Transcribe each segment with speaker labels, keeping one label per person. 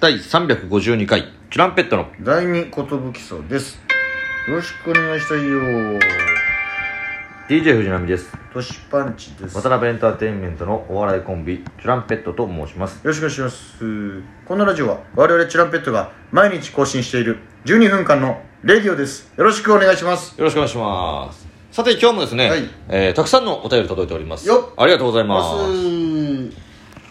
Speaker 1: 第352回チュランペットの
Speaker 2: 第二ことぶきそうですよろしくお願いしたいよ
Speaker 1: DJ 藤波です
Speaker 2: トシパンチです
Speaker 1: 渡辺エンターテインメントのお笑いコンビチュランペットと申します
Speaker 2: よろしくお願いしますこのラジオは我々チュランペットが毎日更新している12分間のレディオですよろしくお願いします
Speaker 1: よろしくお願いしますさて今日もですね、
Speaker 2: はい
Speaker 1: えーたくさんのお便り届いております
Speaker 2: よっ
Speaker 1: ありがとうござい
Speaker 2: ま
Speaker 1: ます
Speaker 2: す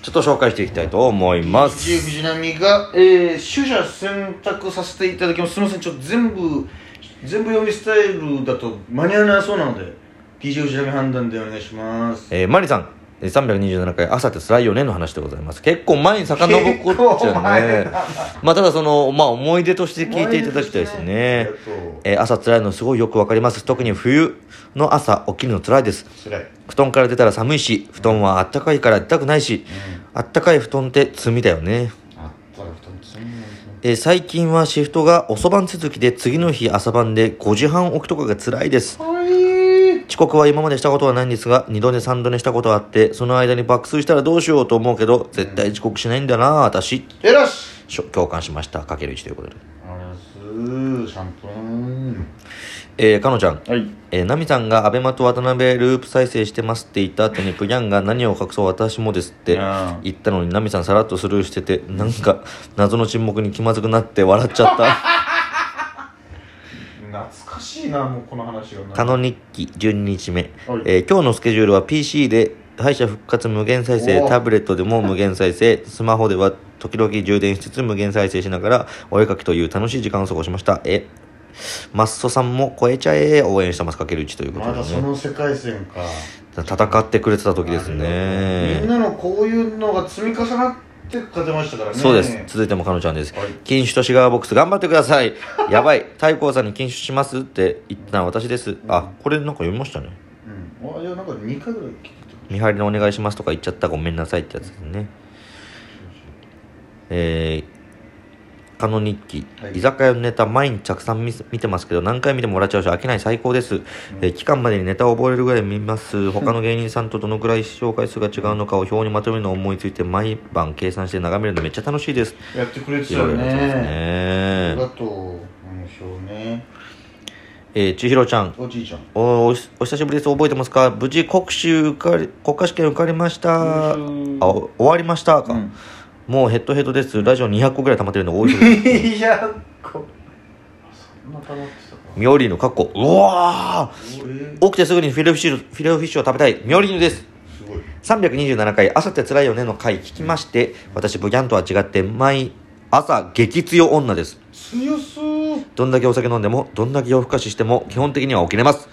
Speaker 1: ちょっと紹介していきたいと思います
Speaker 2: G 藤波が、えー、取捨選択させていただきますすみませんちょっと全部全部読みスタイルだと間に合わなそうなので DJ 藤波判断でお願いします
Speaker 1: えー、マリさんえー327回朝って辛いよねの話でございます結構前に遡っ
Speaker 2: 結構
Speaker 1: ちゃ
Speaker 2: 前
Speaker 1: ね
Speaker 2: だ
Speaker 1: まあただその、まあ、思い出として聞いていただきたいですね
Speaker 2: 思い出ですね
Speaker 1: えー朝辛いのすごいよくわかります特に冬の朝起きるの辛いです
Speaker 2: つらい
Speaker 1: 布団から出たら寒いし布団はあったかいから出たくないし、あったかい布団って罪だよね
Speaker 2: あったら布団つん
Speaker 1: えー最近はシフトが遅番続きで次の日朝晩で5時半起きとかが辛いです
Speaker 2: はい
Speaker 1: 遅刻は今までしたことはないんですが2度寝3度寝したことはあってその間に爆睡したらどうしようと思うけど絶対遅刻しないんだな私
Speaker 2: えらし
Speaker 1: しょ共感しましたかける1ということで、
Speaker 2: あらすーシャンプー
Speaker 1: えー、かのちゃん
Speaker 2: はい
Speaker 1: えー、ナミさんがアベマと渡辺ループ再生してますって言った後にプギャンが何を隠そう私もですって
Speaker 2: うん
Speaker 1: 言ったのにナミさんさらっとスルーしててなんか謎の沈黙に気まずくなって笑っちゃった
Speaker 2: 懐かしいなもうこの話が
Speaker 1: カノ日記12日目、
Speaker 2: はい
Speaker 1: えー今日のスケジュールは PC で敗者復活無限再
Speaker 2: お
Speaker 1: 生
Speaker 2: お
Speaker 1: タブレットでも無限再生 スマホでは時々充電しつつ無限再生しながらお絵かきという楽しい時間を過ごしましたえマッソさんも超えちゃえ応援してますかけるうちというこ
Speaker 2: ま
Speaker 1: と
Speaker 2: だ
Speaker 1: で
Speaker 2: そ
Speaker 1: ね
Speaker 2: の世界線か
Speaker 1: 戦ってくれてた時ですね
Speaker 2: みんなのこういうのが積み重なって勝てましたからね
Speaker 1: そうです。続いてもかのちゃんです
Speaker 2: はい。
Speaker 1: 禁酒とシガーボックス頑張ってくださ い。やばい。太閤さんに禁酒しますって言ったのは私です。あ、これなんか読みましたね。
Speaker 2: うんあいやなんか2回ぐらい聞いて
Speaker 1: 見張りのお願いしますとか言っちゃったごめんなさいってやつですね。えー、カノ日記、
Speaker 2: はい
Speaker 1: 居酒屋のネタ毎日たくさん見す見てますけど何回見ても笑っちゃうし飽きない最高です、えー期間までにネタを覚えるぐらい見 ます他の芸人さんとどのくらい視聴回数が違うのかを表にまとめるのを思いついて毎晩計算して眺めるのめっちゃ楽しいです
Speaker 2: たやってくれて
Speaker 1: い
Speaker 2: たよ
Speaker 1: ろいろやってます
Speaker 2: ね
Speaker 1: ね
Speaker 2: ありがとううんそうね
Speaker 1: えー、千尋ちゃん
Speaker 2: おじいちゃん
Speaker 1: おおしお久しぶりです覚えてますか無事国試受かり国家試験受かりましたあお終わりましたか、
Speaker 2: うん
Speaker 1: もうヘッドヘッドですラジオ200個ぐらい溜まってるの多い です
Speaker 2: いやこそんな溜まってたか
Speaker 1: ミオリーヌかっこうわー
Speaker 2: おえ
Speaker 1: 起きてすぐにフィレオフィッシュフィレオフィッシュを食べたいミオリーヌです
Speaker 2: すごい
Speaker 1: 327回「朝って辛いよね」の回聞きまして私ブギャンとは違って毎朝激強女です
Speaker 2: 強そう
Speaker 1: どんだけお酒飲んでもどんだけ夜更かししても基本的には起きれます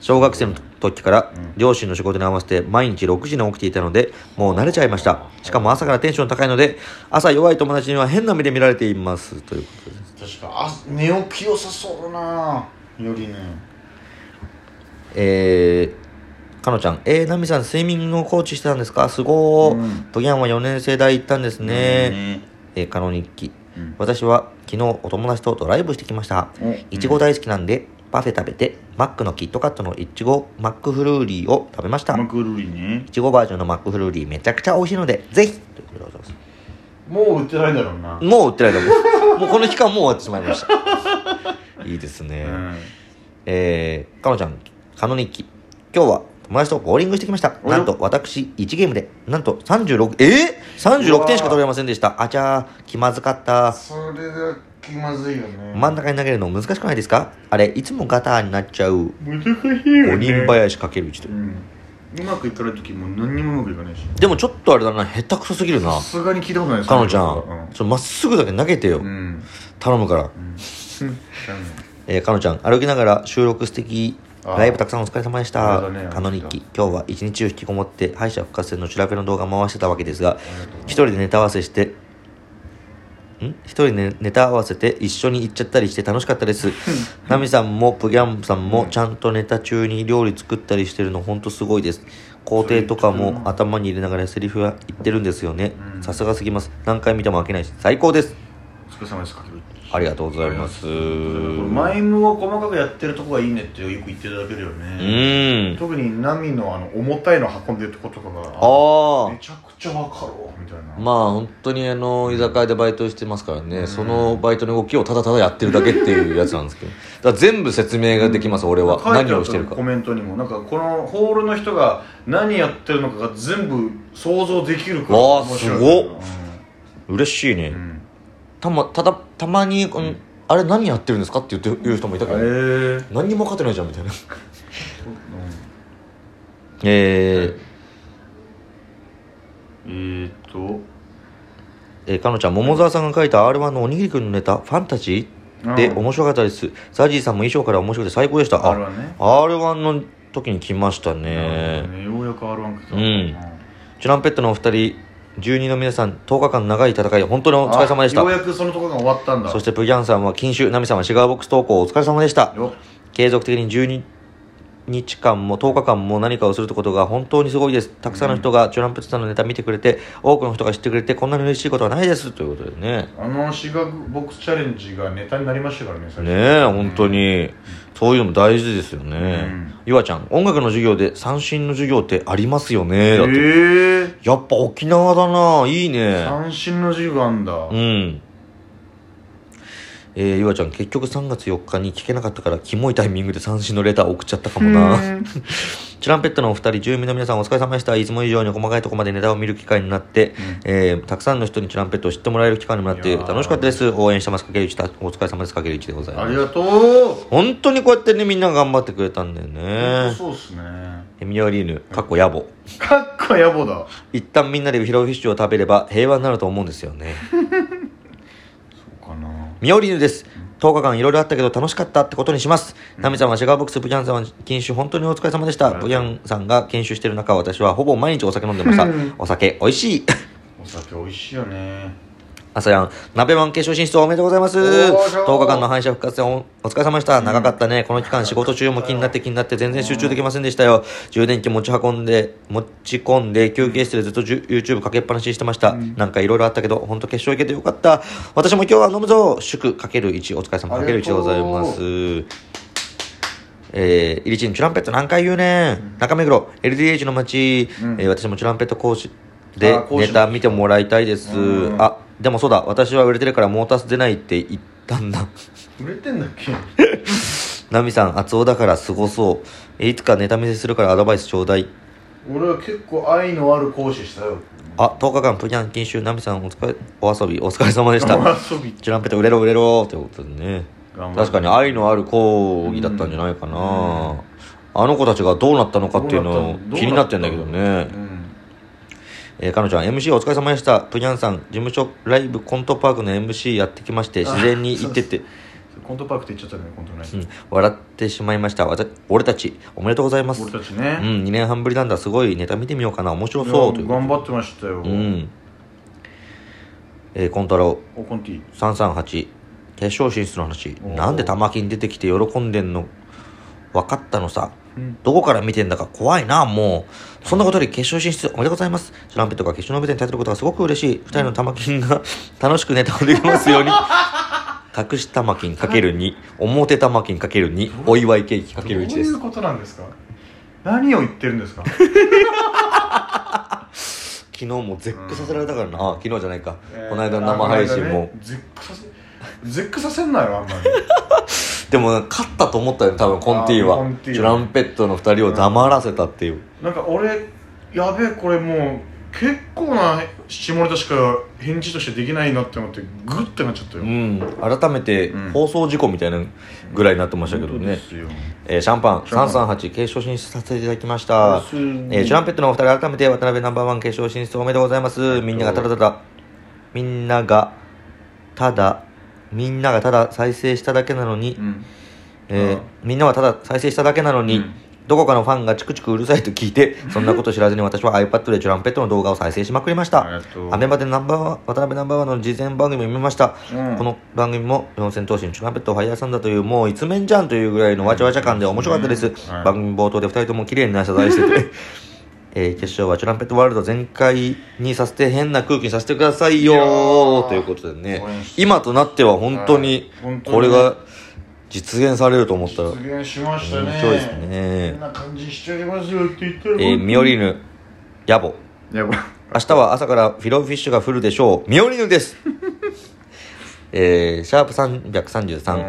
Speaker 1: 小学生の時から両親の仕事に合わせて毎日6時に起きていたのでもう慣れちゃいましたしかも朝からテンション高いので朝弱い友達には変な目で見られていますということです
Speaker 2: 確かあ寝起き良さそうだなよりね
Speaker 1: えー、かのちゃんえー、ナミさん睡眠のコーチしてたんですかすごー、
Speaker 2: うん
Speaker 1: ブギャンは4年生大行ったんですね、
Speaker 2: ね
Speaker 1: えー、カノ日記、
Speaker 2: うん
Speaker 1: 私は昨日お友達とドライブしてきました
Speaker 2: お
Speaker 1: いちご大好きなんでパフェ食べてマックのキットカットのいちごマックフルーリーを食べました
Speaker 2: マ
Speaker 1: い
Speaker 2: クルリね
Speaker 1: ちごバージョンのマックフルーリーめちゃくちゃ美味しいのでぜひということでございます
Speaker 2: もう売ってないだろうな
Speaker 1: もう売ってないと思いますもうこの期間もう終わってしまいました いいですね、
Speaker 2: うん
Speaker 1: えー、かのちゃん、かの日記。今日は友達とボーリングしてきました。
Speaker 2: おや
Speaker 1: なんと私、1ゲームで、なんと36、えー、?36 点しか取れませんでした。あちゃー、気まずかった。
Speaker 2: それが気まずいよね
Speaker 1: 真ん中に投げるの難しくないですかあれ、いつもガターになっちゃう。
Speaker 2: 難しいよね
Speaker 1: 五人林かけるうちと
Speaker 2: う。んうまくいかない時もう何にもうまくいかないし
Speaker 1: でもちょっとあれだな、下手くそすぎるな
Speaker 2: さ。すがに聞いたことないです
Speaker 1: かのちゃん、ちょまっすぐだけ投げてよ
Speaker 2: う。ん
Speaker 1: 頼むから。
Speaker 2: うん知らんよ
Speaker 1: えー、かのちゃん、歩きながら収録素敵。
Speaker 2: あー
Speaker 1: ライブたくさんお疲れ様でした。
Speaker 2: ありがとうね
Speaker 1: かの日記。今日は一日中引きこもって、敗者復活戦の調べの動画回してたわけですが、一人でネタ合わせして、ん一人でネタ合わせて一緒に行っちゃったりして楽しかったです。ナミさんもプギャンさんもちゃんとネタ中に料理作ったりしてるのほんとすごいです。工程とかも頭に入れながらセリフは言ってるんですよね。さすがすぎます。何回見ても飽きないし、最高です。
Speaker 2: 疲れ様ですかける
Speaker 1: ありがとうございますう
Speaker 2: これマイムを細かくやってるとこがいいねってよく言っていただけるよね、
Speaker 1: ん
Speaker 2: 特にナミのあの重たいの運んでるとことかが
Speaker 1: あ
Speaker 2: めちゃくちゃわかろうみたいな、
Speaker 1: あまあ本当にあの居酒屋でバイトしてますからね、そのバイトの動きをただただやってるだけっていうやつなんですけどだから全部説明ができます、俺は
Speaker 2: 書いあった
Speaker 1: 何をしてるか
Speaker 2: コメントにもなんかこのホールの人が何やってるのかが全部想像できるから
Speaker 1: わあ
Speaker 2: 面白いな
Speaker 1: 嬉しいね、
Speaker 2: うんうん
Speaker 1: たまただたまに、このあれ何やってるんですか?」って言って言う人もいた
Speaker 2: へえ
Speaker 1: から、何にも分かってないじゃんみたいな
Speaker 2: ー
Speaker 1: え
Speaker 2: うんえー、っと
Speaker 1: えー、かのちゃん桃沢さんが書いた r 1のおにぎりくんのネタ「ファンタジー」で
Speaker 2: うん
Speaker 1: 面白かったですザジーさんも衣装から面白くて最高でしたあ
Speaker 2: R1 ね
Speaker 1: R1 の時に来ました
Speaker 2: なるほ
Speaker 1: ね
Speaker 2: どねようやく R1 来た
Speaker 1: うんチュランペットのお二人住人の皆さん10日間長い戦い本当にお疲れ様でし
Speaker 2: あよう
Speaker 1: た
Speaker 2: やくそのところが終わったんだ
Speaker 1: そしてプギャンさんは禁酒奈美さんはシガーボックス投稿お疲れ様でした
Speaker 2: よ
Speaker 1: 継続的に12日間も10日間も何かをするってことが本当にすごいですたくさんの人がチュランペットさんのネタ見てくれて多くの人が知ってくれてこんなに嬉しいことはないですということでね
Speaker 2: あの私学ボックスチャレンジがネタになりましたからね最初
Speaker 1: ねえ本当に、そういうのも大事ですよね、ゆあちゃん音楽の授業で三振の授業ってありますよねだって、
Speaker 2: ええ
Speaker 1: やっぱ沖縄だないいね
Speaker 2: 三振の授業あんだ、
Speaker 1: うんえー、ゆあちゃん結局3月4日に聞けなかったからキモいタイミングで三振のレター送っちゃったかもな
Speaker 2: う ん
Speaker 1: チュランペットのお二人、住民の皆さんお疲れ様でした。いつも以上に細かいところまでネタを見る機会になって、えーたくさんの人にチュランペットを知ってもらえる機会にもなって、
Speaker 2: いやー
Speaker 1: 楽しかったです。応援してます。かける一だお疲れ様です。かける一でござい
Speaker 2: あ
Speaker 1: ま
Speaker 2: り
Speaker 1: す。
Speaker 2: がとう、
Speaker 1: 本当にこうやってね、みんな頑張ってくれたんだよね。
Speaker 2: そうっすね
Speaker 1: エミアリーヌ、かっこ野暮。
Speaker 2: かっこ野暮だ
Speaker 1: 一旦みんなでヒロフィッシュを食べれば平和になると思うんですよね。
Speaker 2: そうかな
Speaker 1: ミオリーヌです。10日間いろいろあったけど楽しかったってことにします。ナミさんはシェガーボックス、ブギャンさんは禁酒、本当にお疲れ様でした。
Speaker 2: うん
Speaker 1: ブギャンさんが研修してる中、私はほぼ毎日お酒飲んでました
Speaker 2: うん。
Speaker 1: お酒、美味しい。
Speaker 2: お酒美味しいよね
Speaker 1: 朝やん、鍋ワン決勝進出おめでとうございます。
Speaker 2: おーそう
Speaker 1: 10日間の敗者復活戦おお疲れ様でした。長かったね。この期間仕事中も気になって気になって全然集中できませんでしたよ。充電器持ち運んで、持ち込んで休憩室でずっとじゅ YouTube かけっぱなしにしてました。なんかいろいろあったけど、ほんと決勝行けてよかった。私も今日は飲むぞ祝かける1、お疲れ様かける1でございます。えー、イリチン、チュランペット何回言うねん。中目黒、LDH の街、えー私もチュランペット講師で
Speaker 2: あー講師
Speaker 1: ネタ見てもらいたいです。
Speaker 2: うん
Speaker 1: あでもそうだ私は売れてるからモータス出ないって言ったんだ
Speaker 2: 売れてんだっけ
Speaker 1: ナミさん厚尾だからすごそうえいつかネタ見せするからアドバイスちょうだい
Speaker 2: 俺は結構愛のある講師したよ
Speaker 1: あ10日間プギャン禁酒ナミさんお疲れお遊びお疲れ様でした
Speaker 2: 遊び
Speaker 1: チュランペット売れろ売れろってことでね
Speaker 2: 頑張る
Speaker 1: 確かに愛のある講義だったんじゃないかなあの子たちがどうなったのかっていうのを
Speaker 2: どうなったの
Speaker 1: 気になってんだけどね
Speaker 2: うん
Speaker 1: えー、かのちゃん MC お疲れ様でしたプギャンさん事務所ライブコントパークの MC やってきまして自然に行って て
Speaker 2: コントパークって言っちゃったねコントない、
Speaker 1: うん笑ってしまいましたわた俺たちおめでとうございます
Speaker 2: 俺たち
Speaker 1: う
Speaker 2: ね、
Speaker 1: ん2年半ぶりなんだすごいネタ見てみようかな面白
Speaker 2: いや
Speaker 1: そうという
Speaker 2: 頑張ってましたよ、
Speaker 1: うんえー、コントロ
Speaker 2: おコンティ
Speaker 1: 338決勝進出の話
Speaker 2: おー
Speaker 1: なんで玉金出てきて喜んでんの分かったのさ
Speaker 2: うん
Speaker 1: どこから見てんだか怖いなもうそんなことより決勝進出おめでとうございますトランペットが決勝の舞台に立てることがすごく嬉しい2人の玉金が楽しくネタをできます ように隠し玉金かける2表玉金かける2お祝いケーキかける1
Speaker 2: どう
Speaker 1: で
Speaker 2: い
Speaker 1: す
Speaker 2: うことなんですか何を言ってるんですか
Speaker 1: 昨日も絶句させられたからな、あ昨日じゃないか、
Speaker 2: えー
Speaker 1: この間の生配信も、
Speaker 2: あの間ね絶句させ絶句させんなよあんまり
Speaker 1: でもなんか勝ったと思ったよね多分コンティは
Speaker 2: あーコンティは
Speaker 1: トランペットの2人を黙らせたっていう、
Speaker 2: なんか俺やべえこれもう結構な下ネタしか返事としてできないなって思ってグッてなっちゃったよ、
Speaker 1: うん、改めて
Speaker 2: うん
Speaker 1: 放送事故みたいなぐらいになってましたけど
Speaker 2: 本当
Speaker 1: ね
Speaker 2: で、すよ
Speaker 1: えーシャンパン
Speaker 2: シャンパン
Speaker 1: 338決勝進出させていただきました
Speaker 2: す
Speaker 1: え
Speaker 2: ごい
Speaker 1: ーチュランペットのお二人改めて渡辺ナンバーワン決勝進出おめでとうございますみんながただただみんながただみんながただ再生しただけなのに、
Speaker 2: うん
Speaker 1: えー
Speaker 2: うん
Speaker 1: みんなはただ再生しただけなのに、
Speaker 2: うん
Speaker 1: どこかのファンがチクチクうるさいと聞いてそんなこと知らずに私は iPad でチュランペットの動画を再生しまくりまし
Speaker 2: あ
Speaker 1: た
Speaker 2: りがとう
Speaker 1: アメバでナンバーワン渡辺ナンバーワンの事前番組を見ました、
Speaker 2: うん
Speaker 1: この番組も四千頭身チュランペットファイヤーサンダーというもう一面じゃんというぐらいのわちゃわちゃ感で面白かったです、
Speaker 2: うんはい
Speaker 1: 番組冒頭で2人とも綺麗に謝罪しててええー決勝はチュランペットワールド全開にさせて変な空気にさせてください
Speaker 2: いや
Speaker 1: よ
Speaker 2: ー
Speaker 1: ということでね
Speaker 2: 応援して
Speaker 1: 今となっては本当に
Speaker 2: はい本当に
Speaker 1: これが実現されると思った
Speaker 2: 実
Speaker 1: ら、
Speaker 2: 現しましたね
Speaker 1: 面白いですね
Speaker 2: こんな感じしちゃいますよって言ったら
Speaker 1: えーミオリーヌ野暮
Speaker 2: やばい
Speaker 1: 明日は朝からフィロフィッシュが降るでしょうミオリーヌ ですえーシャープ333、
Speaker 2: うん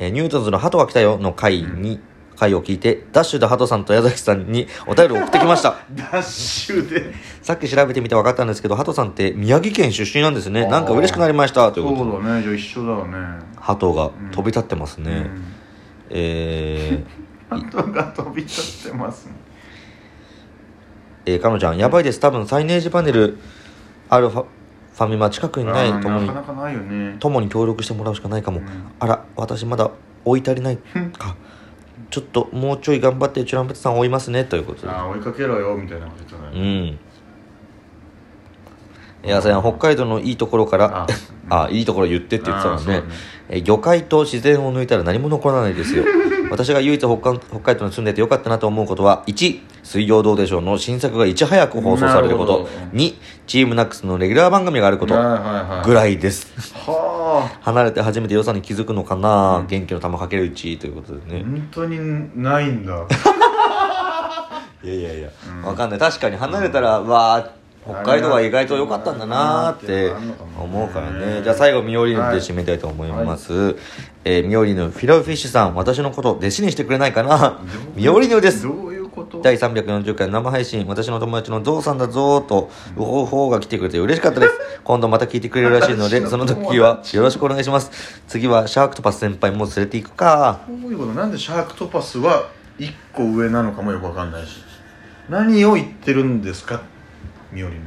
Speaker 1: えーニュートンズの「鳩が来たよ」の回に、回を聞いてダッシュで鳩さんと矢崎さんに お便りを送ってきました
Speaker 2: ダッシュで
Speaker 1: さっき調べてみて分かったんですけど鳩さんって宮城県出身なんです
Speaker 2: あ
Speaker 1: ね
Speaker 2: ー
Speaker 1: なんか嬉しくなりましたということで
Speaker 2: そうだねじゃあ一緒だわね
Speaker 1: 鳩が飛び立ってますね、
Speaker 2: うん
Speaker 1: え
Speaker 2: 鳩が飛び立ってますね
Speaker 1: ーえーかのちゃんやばいです多分サイネージパネルあるファファミマ近くにない
Speaker 2: あー
Speaker 1: ともに
Speaker 2: なかなかないよね
Speaker 1: ともに協力してもらうしかないかも、
Speaker 2: うん
Speaker 1: あら私まだ追い足り ないかちょっともうちょい頑張ってチュランペットさん追いますねということで
Speaker 2: あー追いかけろよみたいなこと言ってた
Speaker 1: う
Speaker 2: ね
Speaker 1: んいやさやん北海道のいいところから
Speaker 2: あ
Speaker 1: あいいところ言ってって言ってたもんね
Speaker 2: あそうだね
Speaker 1: え魚介と自然を抜いたら何も残らない ですよ私が唯一北海北海道に住んでてよかったなと思うことは1水曜どうでしょうの新作がいち早く放送されるこ
Speaker 2: なる
Speaker 1: と
Speaker 2: ほど
Speaker 1: 2チームナックスのレギュラー番組があること
Speaker 2: はいはいはい
Speaker 1: ぐらいです
Speaker 2: はあ
Speaker 1: 離れて初めて良さに気づくのかな、元気の玉かけるうちということでね、
Speaker 2: 本当にないんだ
Speaker 1: いやいやいや、わかんない確かに離れたら、わあ北海道は意外と良かったんだなーって
Speaker 2: あるのかもね
Speaker 1: 思うからねじゃあ最後ミオリーヌで締めたいと思います、えーミオリーヌフィラフィッシュさん私のこと弟子にしてくれないかな ミオリーヌです
Speaker 2: どういうこと
Speaker 1: 第340回生配信私の友達のゾウさんだぞーとウホウホーが来てくれて嬉しかったです今度また聞いてくれるらしいので
Speaker 2: 私
Speaker 1: その
Speaker 2: の友達
Speaker 1: 時はよろしくお願いします次はシャークトパス先輩も連れて行くか
Speaker 2: どういうことなんでシャークトパスは1個上なのかもよくわかんないし何を言ってるんですかミオリの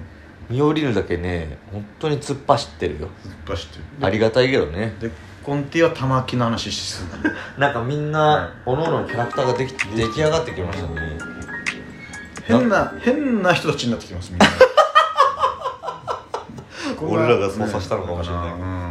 Speaker 1: ミオリーヌだけね本当に突っ走ってるよ
Speaker 2: ずっぱしって
Speaker 1: ありがたいけどね
Speaker 2: でコンティは玉木の話しすんだ
Speaker 1: なんかみんな各々のキャラクターができ出来上がってきましたね
Speaker 2: 変な変な人たち になってきますみんな
Speaker 1: 俺らが操作したのかもしれない
Speaker 2: うん